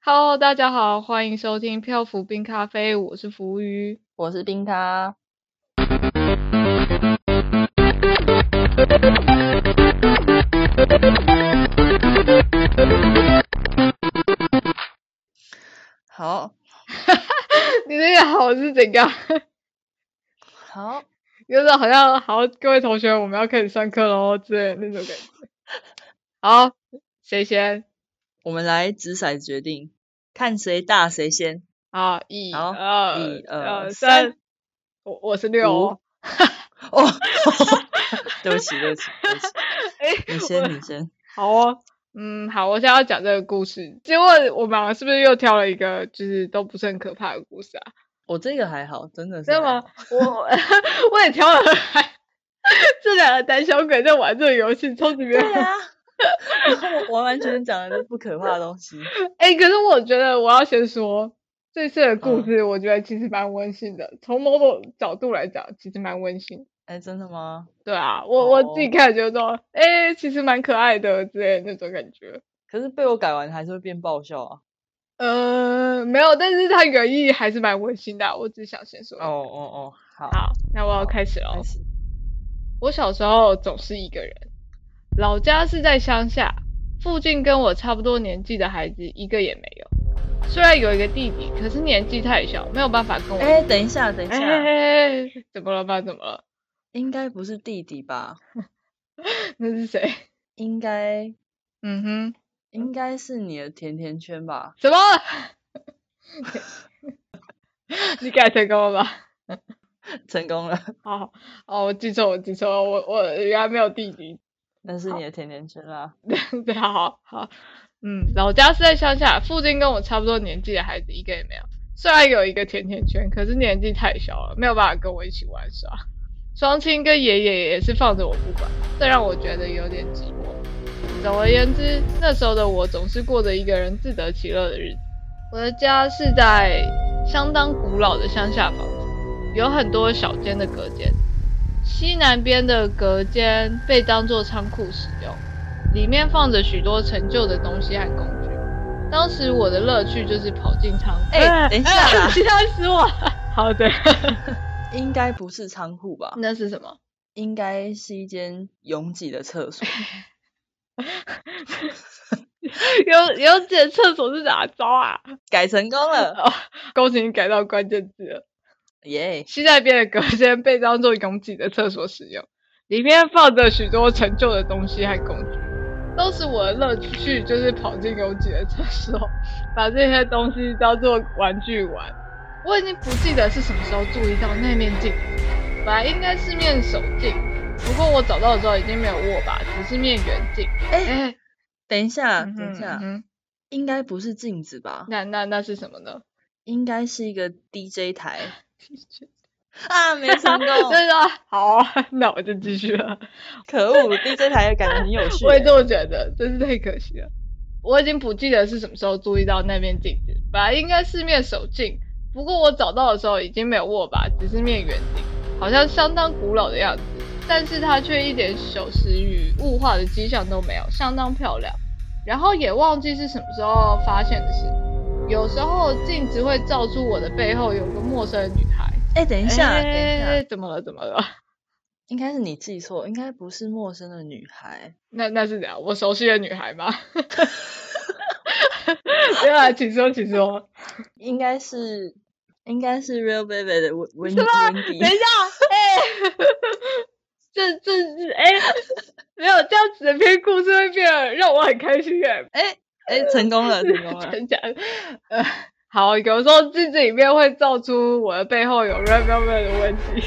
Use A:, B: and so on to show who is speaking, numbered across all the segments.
A: Hello，大家好，欢迎收听漂浮冰咖啡，我是浮鱼。
B: 我是冰咖。好
A: 你那个好是怎样？
B: 好，
A: 就是好像好，各位同学，我们要开始上课喽之类的那种感觉。好，谁先？
B: 我们来掷骰决定，看谁大谁先。
A: 好，一、
B: 好
A: 二、
B: 一二
A: 呃三
B: 三。
A: 我我是六哦。
B: 哦， 对不起，对不起，对不起，
A: 哎、
B: 你
A: 我
B: 先，你先。
A: 好哦。嗯，好，我现在要讲这个故事。结果我们两个是不是又挑了一个就是都不是很可怕的故事啊？
B: 我这个还好，真的是
A: 真的
B: 还
A: 吗
B: 好？
A: 我 我也挑了， 这两个胆小鬼在玩这个游戏，超级没有
B: 对啊， 然后我完完全全讲的是不可怕的东西。
A: 哎、可是我觉得我要先说这次的故
B: 嗯
A: 事，我觉得其实蛮温馨的。从某种角度来讲，其实蛮温馨。
B: 哎，真的吗？
A: 对啊，我、我自己
B: 哦
A: 看觉得，哎、其实蛮可爱的之类的那种感觉。
B: 可是被我改完还是会变爆笑啊。
A: 呃，没有，但是它原意还是蛮温馨的啊、我只想先说。
B: 哦哦哦，好，
A: 好，那我要
B: 好
A: 开始喽
B: 开。始。
A: 我小时候总是一个人，老家是在乡下，附近跟我差不多年纪的孩子一个也没有。虽然有一个弟弟，可是年纪太小，没有办法跟我。
B: 哎，等一下，等一
A: 哎、
B: 下，
A: 怎么了吧？怎么了？
B: 应该不是弟弟吧？
A: 那是谁？
B: 应该
A: 嗯哼，
B: 应该是你的甜甜圈吧？
A: 什么？你改成功了吧？
B: 成功了，
A: 好，哦，我记错，我记错了，我我原来没有弟弟，
B: 那是你的甜甜圈啦。
A: 对，好好，嗯，老家是在乡下，附近跟我差不多年纪的孩子一个也没有。虽然有一个甜甜圈，可是年纪太小了，没有办法跟我一起玩耍。双亲跟爷爷也是放着我不管，这让我觉得有点寂寞。总而言之，那时候的我总是过着一个人自得其乐的日子。我的家是在相当古老的乡下房子，有很多小间的隔间。西南边的隔间被当做仓库使用，里面放着许多陈旧的东西和工具。当时我的乐趣就是跑进仓库。
B: 哎等一 下啦
A: 哎吓死我！好的，
B: 应该不是仓库吧？
A: 那是什么？
B: 应该是一间拥挤的厕所。
A: 有有姐厕所是哪招啊？
B: 改成功了，
A: 哦，恭喜你改到关键字了。
B: 耶！
A: 西在边的隔间被当做拥挤的厕所使用，里面放着许多陈旧的东西和工具。当时我的乐趣就是跑进拥挤的厕所， 把这些东西当做玩具玩。我已经不记得是什么时候注意到那面镜子，本来应该是面手镜，不过我找到的时候已经没有握把，只是面圆镜。
B: 哎
A: 哎、
B: 等一下，
A: 嗯哼
B: 等一下，
A: 嗯哼
B: 应该不是镜子吧？
A: 那那那是什么呢？
B: 应该是一个 DJ 台啊，没 成功，
A: 真的好 啊，那我就继续了。
B: 可恶！DJ 台的感觉很有趣
A: 我也
B: 欸、
A: 这么觉得，真是太可惜了。我已经不记得是什么时候注意到那面镜子，本来应该是面手镜，不过我找到的时候已经没有握把，只是面圆镜，好像相当古老的样子。但是它却一点朽蚀与物化的迹象都没有，相当漂亮。然后也忘记是什么时候发现的事。有时候镜子会照出我的背后有个陌生的女孩。
B: 哎、等一下，等一
A: 哎
B: 下，
A: 怎么了？怎么了？
B: 应该是你记错，应该不是陌生的女孩。
A: 那那是怎样？我熟悉的女孩 吗？对啊，请说，请说。
B: 应该是应该是 Real Baby 的 Win Win
A: 等一
B: Wendy，
A: 下，哎、 这这是哎、没有这样子的编故事会变得让我很开心哎、
B: 哎哎，成功了，成功了，
A: 真假的？ 呃，好，有时候镜子里面会照出我的背后有 red velvet 的问题，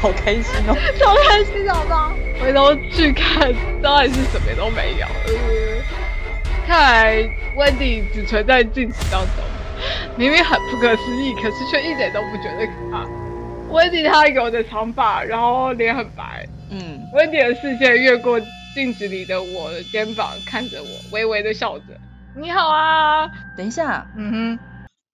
B: 好开心哦！
A: 超开心的好不好？回头去看，到底是什么都没有。呃，看来 Wendy 只存在镜子当中，明明很不可思议，可是却一点都不觉得可怕。Wendy 她有着长发，然后脸很白。
B: 嗯，
A: Wendy 的视线越过镜子里的我的肩膀，看着我，微微的笑着：“你好啊。
B: 等一下，”
A: 嗯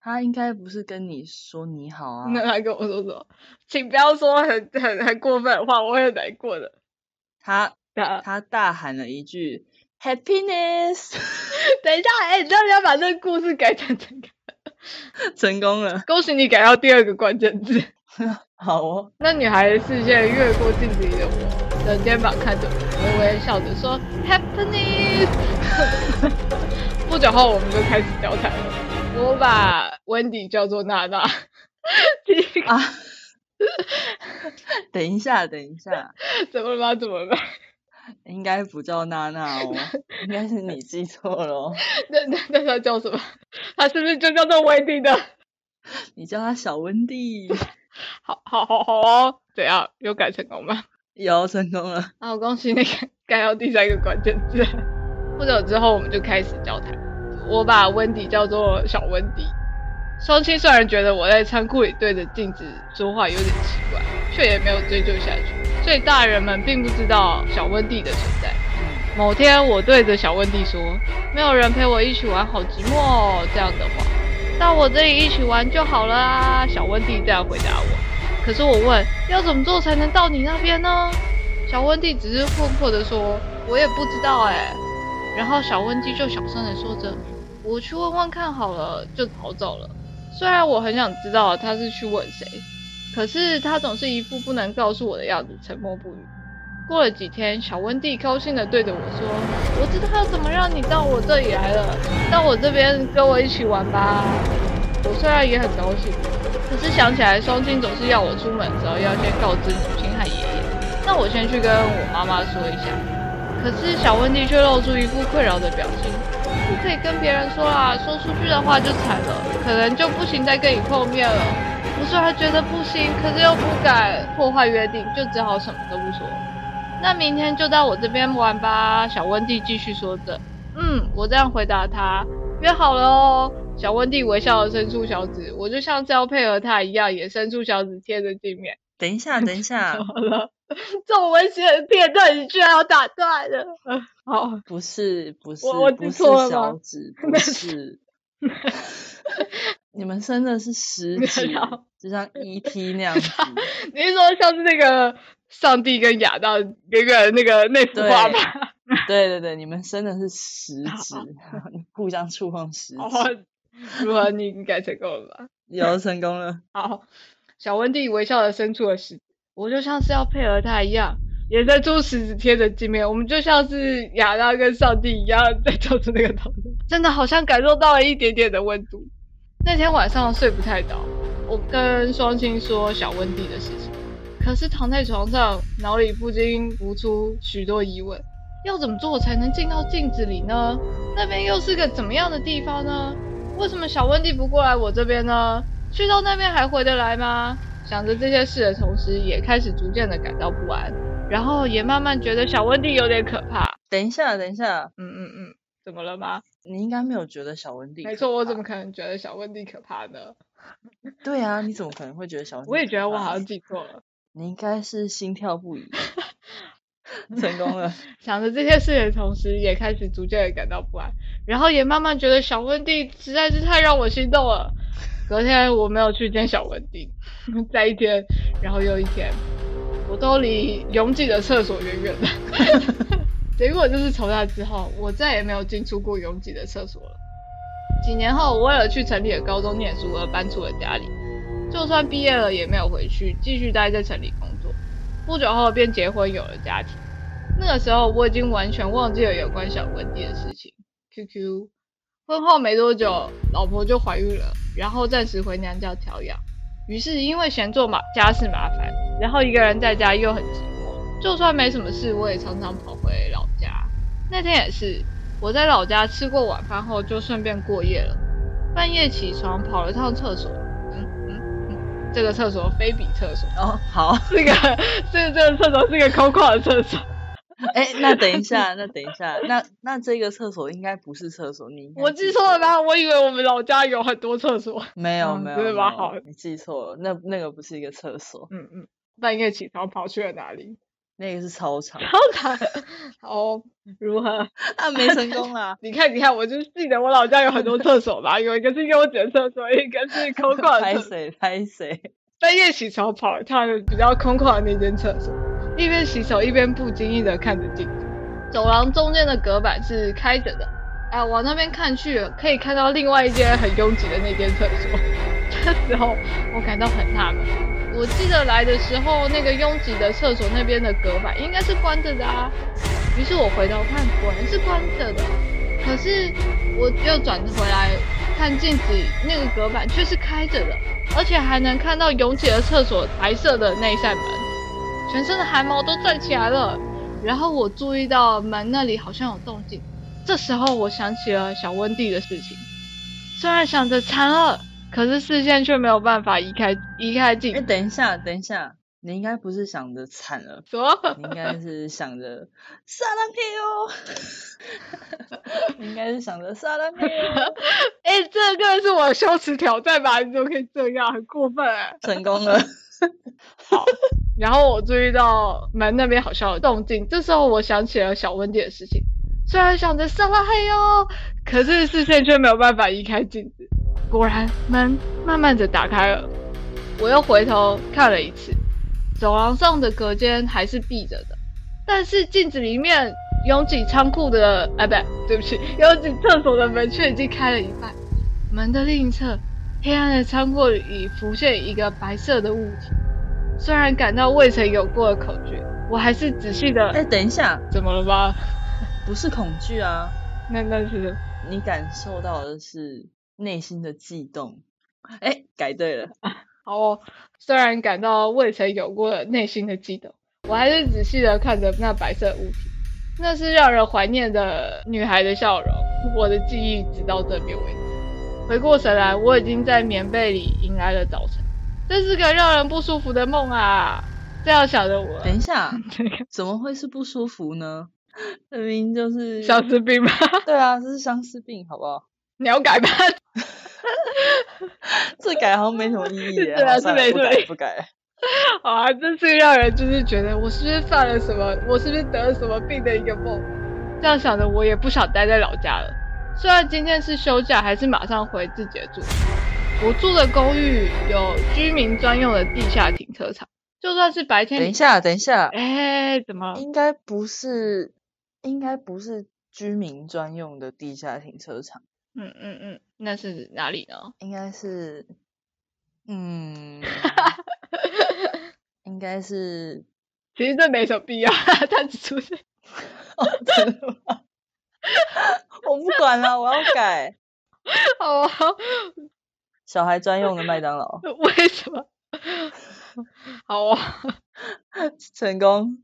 B: 他应该不是跟你说你好啊
A: 哼，？ 那他跟我说什么？请不要说很很很过分的话，我会很难过的。
B: 他
A: 那
B: 他大喊了一句 Happiness，
A: 等一下，哎、你到底要把这个故事改成这个？
B: 成功了，
A: 恭喜你改到第二个关键字。
B: 好哦，
A: 那女孩的视线越过镜子里的我的肩膀，看着我，微微笑着说：“Happiness。” 不久后，我们就开始交谈了。我把温迪叫做娜娜，第一个
B: 啊， 等一下，等一下，
A: 怎么了吗？怎么了吗？
B: 应该不叫娜娜哦，应该是你记错了哦，
A: 那那那她叫什么？她是不是就叫做温迪的？
B: 你叫她小温蒂，
A: 好好好好哦，怎样？有改成功吗？
B: 有成功了，
A: 好，恭喜你改改到第三个关键字。不久之后，我们就开始交谈。我把温迪叫做小温迪。双亲虽然觉得我在仓库里对着镜子说话有点奇怪，却也没有追究下去，所以大人们并不知道小温蒂的存在。某天，我对着小温蒂说：“没有人陪我一起玩，好寂寞哦。”这样的话，到我这里一起玩就好了啊。小温蒂这样回答我。可是我问，要怎么做才能到你那边呢？小温蒂只是困惑的说：“我也不知道哎、然后小温蒂就小声的说着：“我去问问看好了。”就逃走了。虽然我很想知道他是去问谁，可是他总是一副不能告诉我的样子，沉默不语。过了几天，小温蒂高兴的对着我说：“我知道怎么让你到我这里来了，到我这边跟我一起玩吧。”我虽然也很高兴，可是想起来双亲总是要我出门的时候要先告知母亲和爷爷，那我先去跟我妈妈说一下。可是小温蒂却露出一副困扰的表情，不可以跟别人说啦，说出去的话就惨了，可能就不行再跟你碰面了。我虽然觉得不行，可是又不敢破坏约定，就只好什么都不说。那明天就到我这边玩吧，小温蒂继续说着。嗯，我这样回答他，约好了哦。小温蒂微笑的伸出小指，我就像是要配合他一样，也伸出小指贴着镜面。
B: 等一 下，等一下
A: 怎，么了？这么危险的片段，你居然要打断了？ 好，
B: 不是，不是，
A: 我记
B: 不是
A: 错了吗
B: 小 指，不是， 你们生的是食
A: 没
B: 指
A: 有，
B: 就像 E.T. 那 样子，
A: 你是说像是那个上帝跟亚当那个那个那幅
B: 对
A: 画吧？
B: 对对对，你们生的是食
A: 好
B: 指，互相触碰食指，
A: 哦， 如何你应该成功了吧？
B: 有成功了，
A: 好，小温蒂微笑的伸出了食指，我就像是要配合他一样，也在做食指贴着镜面，我们就像是亚当跟上帝一样在做出那个动作，真的好像感受到了一点点的温度。那天晚上睡不太着，我跟双亲说小温蒂的事情，可是躺在床上，脑里不禁浮出许多疑问：要怎么做才能进到镜子里呢？那边又是个怎么样的地方呢？为什么小温蒂不过来我这边呢？去到那边还回得来吗？想着这些事的同时，也开始逐渐的感到不安，然后也慢慢觉得小温蒂有点可怕。
B: 等一下，等一下，
A: 嗯嗯嗯，怎么了吗？
B: 你应该没有觉得小温蒂，
A: 没错，我怎么？可能觉得小温蒂可怕呢？
B: 对啊，你怎么可能会觉得小温蒂？
A: 我也觉得我好像，记错了。
B: 你应该是心跳 不已，成功了，
A: 想着这些事的同时，也开始逐渐的感到不安，然后也慢慢觉得小温蒂实在是太让我心动了。隔天我没有去见小温蒂，再一天，然后又一天，我都离拥挤的厕所远远的。结果就是从那之后，我再也没有进出过拥挤的厕所了。几年后，我为了去城里的高中念书而搬出了家里，就算毕业了也没有回去，继续待在城里工作。不久后便结婚，有了家庭。那个时候我已经完全忘记了有关小温蒂的事情。QQ，婚后没多久，老婆就怀孕了，然后暂时回娘家调养。于是因为嫌做麻家事麻烦，然后一个人在家又很寂寞，就算没什么事，我也常常跑回老家。那天也是，我在老家吃过晚饭后就顺便过夜了。半夜起床跑了趟厕所，嗯嗯嗯，这个厕所非比厕所，
B: 哦，好，
A: 是个 这这个厕所是个空旷的厕所。
B: 哎，那等一下，那等一下，那那这个厕所应该不是厕所，你应该
A: 我记错了
B: 吧？
A: 吧？我以为我们老家有很多厕所。
B: 没有
A: 嗯
B: 没有，
A: 真的
B: 没
A: 吗
B: 有
A: 好
B: 你记错了，那那个不是一个厕所，
A: 嗯嗯，半夜起床跑去了哪里？，
B: 那个是操 场
A: 好惨。好，如何？，
B: 啊，没成功啦
A: 你看，你看，我就记得我老家有很多厕所吧，有一个是优检厕所，一个是空 旷的
B: 拍
A: 厕所。
B: 谁拍谁，
A: 半夜起床跑一趟比较空旷的那间厕所，一边洗手一边不经意的看着镜子，走廊中间的隔板是开着的，啊，往那边看去，可以看到另外一间很拥挤的那间厕所。 这时候我感到很纳闷，我记得来的时候那个拥挤的厕所那边的隔板应该是关着的啊。于是我回头看，果然是关着的。可是我又转回来看镜子，那个隔板却是开着的，而且还能看到拥挤的厕所白色的那一扇门。全身的汗毛都站起来了。然后我注意到门那里好像有动静，这时候我想起了小温蒂的事情。虽然想着惨了，可是视线却没有办法移开移开镜
B: 哎，等一下，等一下，你应该不是想着惨了，
A: 子。么
B: 你应该是想着撒浪嘿 哟，你应该是想着撒浪哦嘿哟，
A: 哎、这个是我的羞耻挑战吧？你怎么可以这样？很过分、啊。
B: 成功了。
A: 然后我注意到门那边好像有动静，这时候我想起了小温蒂的事情。虽然想着上拉黑哟，可是视线却没有办法移开镜子。果然，门慢慢的打开了。我又回头看了一次，走廊上的隔间还是闭着的，但是镜子里面拥挤仓库的，哎，不对，对不起，拥挤厕所的门却已经开了一半。门的另一侧，黑暗的仓库里浮现一个白色的物体。虽然感到未曾有过的恐惧，我还是仔细的。
B: 哎、等一下，
A: 怎么了吗？
B: 不是恐惧啊，
A: 那那是
B: 你感受到的是内心的悸动。哎、改对了，
A: 好哦。虽然感到未曾有过的内心的悸动，我还是仔细的看着那白色物体，那是让人怀念的女孩的笑容。我的记忆直到这边为止。回过神来，我已经在棉被里迎来了早晨。这是个让人不舒服的梦啊！这样想着我，
B: 等一下，
A: 这个
B: 怎么会是不舒服呢？ 明明就是
A: 小士兵吗？
B: 对啊，这是相思病，好不好？
A: 你要改吧？
B: 这改好像没什么意义 耶。
A: 对啊
B: 好算了
A: 是没
B: 不
A: 什么意
B: 改
A: 义
B: 不改。
A: 好啊，这是让人就是觉得我是不是犯了什么，我是不是得了什么病的一个梦。这样想着，我也不想待在老家了。虽然今天是休假，还是马上回自己的住处。我住的公寓有居民专用的地下停车场，就算是白天，
B: 等一，下，等一下，
A: 哎、怎么了？
B: 应该不是，应该不是居民专用的地下停车场，
A: 嗯嗯嗯，那是哪里呢？
B: 应该是， 嗯，应该是，
A: 其实这没什么必要， 它只出现。
B: 哦，真的吗？我不管了，我要改
A: 哦，
B: 小孩专用的麦当劳，
A: 为什么？好哦。
B: 成功。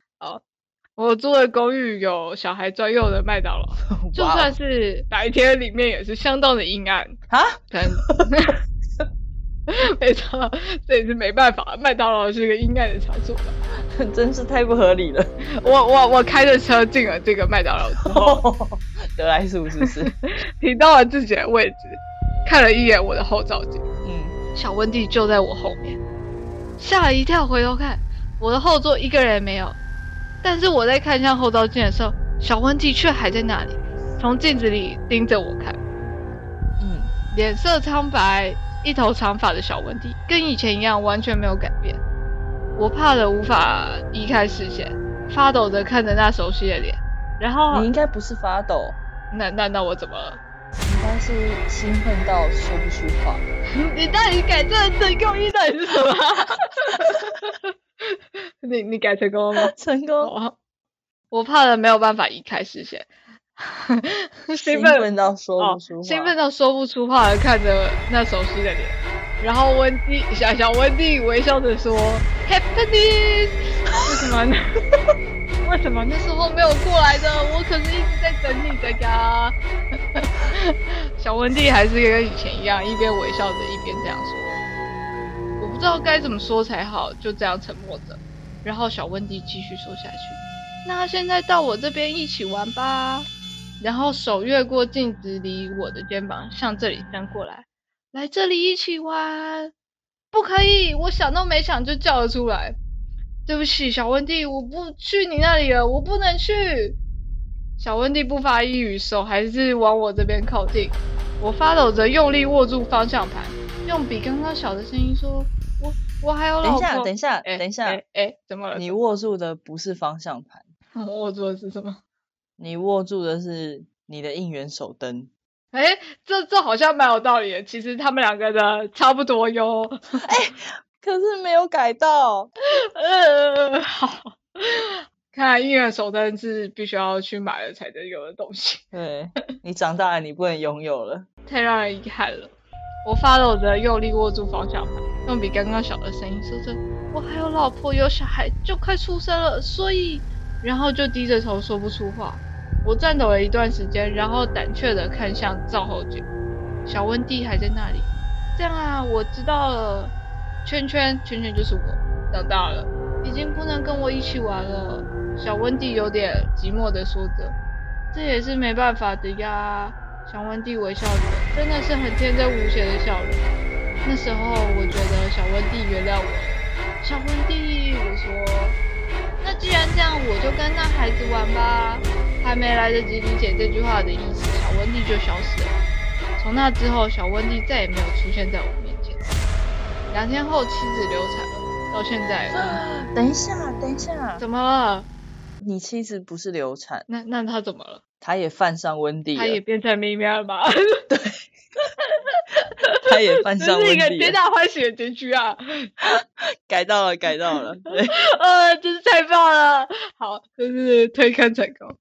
A: 我住的公寓有小孩专用的麦当劳，就
B: 哇哦
A: 算是白天里面也是相当的阴暗，
B: 啊，
A: 可能没错，这也是没办法，麦当劳是个阴暗的场所吧。
B: 真是太不合理了。
A: 我我我开着车进了这个麦当劳之后，
B: 得来速是不是？
A: 停到了自己的位置，看了一眼我的后照镜，
B: 嗯，
A: 小温蒂就在我后面，吓了一跳，回头看，我的后座一个人也没有。但是我在看向后照镜的时候，小温蒂却还在那里，从镜子里盯着我看。
B: 嗯，
A: 脸色苍白、一头长发的小温蒂，跟以前一样完全没有改变。我怕的无法移开视线，发抖着看着那熟悉的脸。然后
B: 你，应该不是发抖，
A: 那那那我怎么了？
B: 应该是兴奋到说不出话。
A: 你到底改正的成功意到底是什么？ 你你改成功了吗？
B: 成功，
A: 我我怕的没有办法移开视线，
B: 兴
A: 兴奋
B: 奋到说
A: 哦
B: 不出，话。
A: 兴奋到说不出话的看着那熟悉的脸，然后温蒂小小温蒂微笑着说 “Happiness”，为什 么呢？为什么那时候没有过来的？我可是一直在等你的呀。 小温蒂还是跟以前一样，一边微笑着一边这样说。我不知道该怎么说才好，就这样沉默着。然后小温蒂继续说下去：“那现在到我这边一起玩吧。”然后手越过镜子里我的肩膀，向这里伸过来，来这里一起玩。不可以，我想都没想就叫了出来。对不起，小温蒂，我不去你那里了，我不能去。小温蒂不发一语，手还是往我这边靠近。我发抖着用力握住方向盘，用比刚刚小的声音说：“我我还有
B: 等
A: 老
B: 一
A: 婆。
B: 下，等一下，
A: 哎
B: 等一下，
A: 哎哎，怎么了？
B: 你握住的不是方向盘，
A: 我做的是什么？
B: 你握住的是你的应援手灯。
A: 哎，这这好像蛮有道理的。其实他们两个的差不多哟。
B: 可是没有改到，
A: 呃，好，看来应援手灯是必须要去买了才能有的东西，
B: 对你长大了，你不能拥有了。
A: 太让人遗憾了。我发了我的用力握住方向盘，用比刚刚小的声音说着：“我还有老婆，有小孩，就快出生了，所以……”然后就低着头说不出话。我颤抖了一段时间，然后胆怯的看向赵后姐，小温蒂还在那里。这样啊，我知道了。圈圈，圈圈就是我，长大了，已经不能跟我一起玩了。小温蒂有点寂寞的说着，这也是没办法的呀。小温蒂微笑着，真的是很天真无邪的笑容。那时候我觉得小温蒂原谅我了。小温蒂，我说，那既然这样，我就跟那孩子玩吧。还没来得及理解这句话的意思，小温蒂就消失了。从那之后，小温蒂再也没有出现在我面前。两天后，妻子流产了，到现在
B: 等一下，等一下，
A: 怎么了？
B: 你妻子不是流产，
A: 那那他怎么了？
B: 她也犯上温蒂了，
A: 他也变成咪咪了 吗？
B: 她也犯上
A: 这是
B: 温
A: 一个
B: 蒂
A: 皆
B: 了，
A: 大欢喜的结局啊！
B: 改到了，改到 了。对，
A: 呃，真是太棒了！好，就是推坑成功。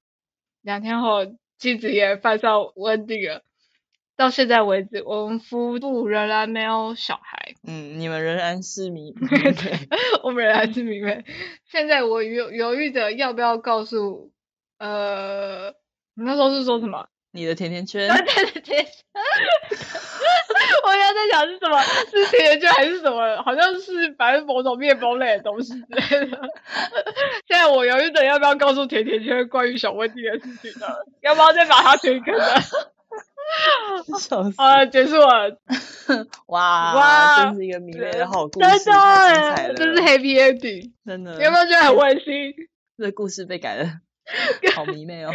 A: 两天后，妻子也犯上温蒂了。到现在为止，我们夫妇仍然没有小孩，
B: 嗯，你们仍然是迷，对，
A: 我们仍然是迷妹。现在我犹犹豫着要不要告诉，呃，你那时候是说什么？
B: 你的甜甜圈
A: 然 后对对对，我刚刚在想是什么，是甜甜圈还是什么？好像是反正某种面包类的东西之类的。 现在我犹豫着要不要告诉甜甜圈关于小问题的事情了，要不要再把它推坑了？
B: 笑死，
A: 好了，结束了，
B: 哇
A: 啊哇
B: 真是一个迷妹的好故事，
A: 真的
B: 太精彩
A: 哎，
B: 了，嗯
A: 这是 happy ending，
B: 真的，
A: 有没有觉得很温馨？
B: 这故事被改的好迷妹 哦。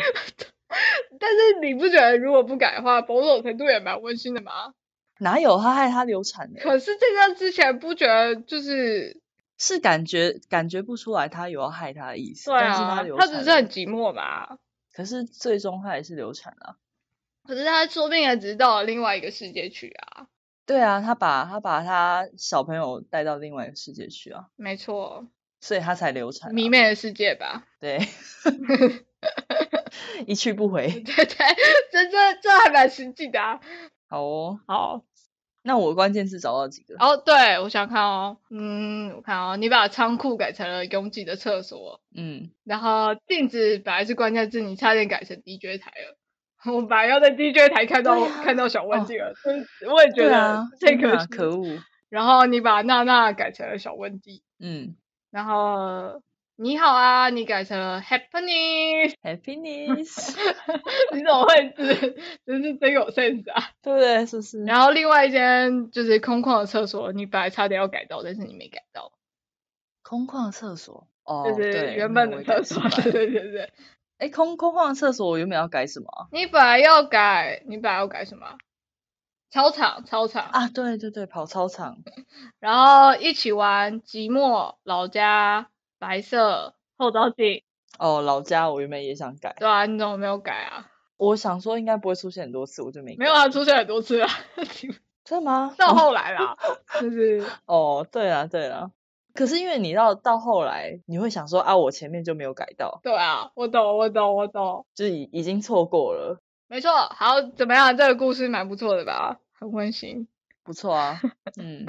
A: 但是你不觉得如果不改的话，某种程度也蛮温馨的吗？
B: 哪有她害她流产的？
A: 可是在这之前不觉得就是
B: 是感觉感觉不出来她有要害她的意思，
A: 对
B: 但是她
A: 啊
B: 流，
A: 他
B: 产
A: 只是
B: 了
A: 很寂寞吧。
B: 可是最终她也是流产了、啊
A: 可是他说不定也只是到了另外一个世界去啊。
B: 对啊，她把她把她小朋友带到另外一个世界去啊，
A: 没错，
B: 所以她才流产、啊。
A: 迷妹的世界吧。
B: 对，一去不回。
A: 对对，这这这还蛮实际的啊。
B: 好哦，
A: 好，
B: 那我关键是找到几个？
A: 哦，对，我想看哦，嗯，我看哦，你把仓库改成了拥挤的厕所，
B: 嗯，
A: 然后镜子本来是关键字，你差点改成 DJ 台了。 我本来要在 DJ 台看到、
B: 对啊
A: 看到小
B: 哦
A: 问题了，真是哦我也觉
B: 对
A: 得
B: 啊，
A: 这
B: 天
A: 个、
B: 哪可。恶。
A: 然后你把娜娜改成了小问题，
B: 嗯
A: 然后你好啊，你改成了 happening。
B: ，happiness，
A: 你怎么会知？真是真有 sense 啊！
B: 对不对？是不是？
A: 然后另外一间就是空旷的厕所，你本来差点要改到，但是你没改到，
B: 空旷的厕所哦，
A: 就
B: 对
A: 是原
B: 那
A: 本
B: 我
A: 的
B: 也改
A: 厕
B: 失
A: 所。
B: 败
A: 对对对对，
B: 哎，空空旷的厕所，我原本要改什么啊？
A: 你本来要改，你本来要改什么啊？操场，操场，
B: 啊，对对对，跑操场，
A: 然后一起玩寂寞、老家、白色、后照镜，
B: 哦，老家我原本也想改，
A: 对啊，你怎么没有改啊？
B: 我想说应该不会出现很多次，我就没
A: 没有
B: 改，
A: 啊，出现很多次啊，
B: 真的吗？
A: 到后来啦， 就是
B: 哦，对啊对啊，可是因为你到到后来，你会想说啊，我前面就没有改到，
A: 对啊，我懂，我懂，我懂。
B: 就是已已经错过了，
A: 没错，好，怎么样？这个故事蛮不错的吧？很温馨，
B: 不错 啊，嗯，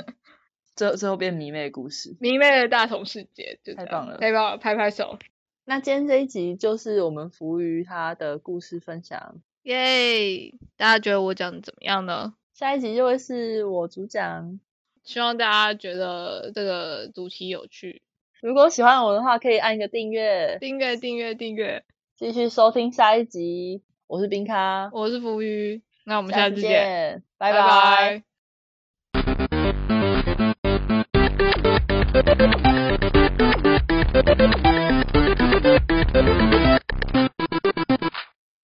B: 最最后变迷妹故事。
A: 迷妹的大同世界，就这样
B: 太棒了
A: 太棒了，拍拍手，
B: 那今天这一集就是我们浮于他的故事分享，
A: 耶！大家觉得我讲的怎么样呢？
B: 下一集就会是我主讲。
A: 希望大家觉得这个主题有趣，
B: 如果喜欢我的话，可以按一个订阅，
A: 订阅、订阅、订阅。
B: 继续收听下一集。我是冰咖，
A: 我是浮鱼，那我
B: 我
A: 们下次
B: 次
A: 见，
B: 拜拜。
A: 拜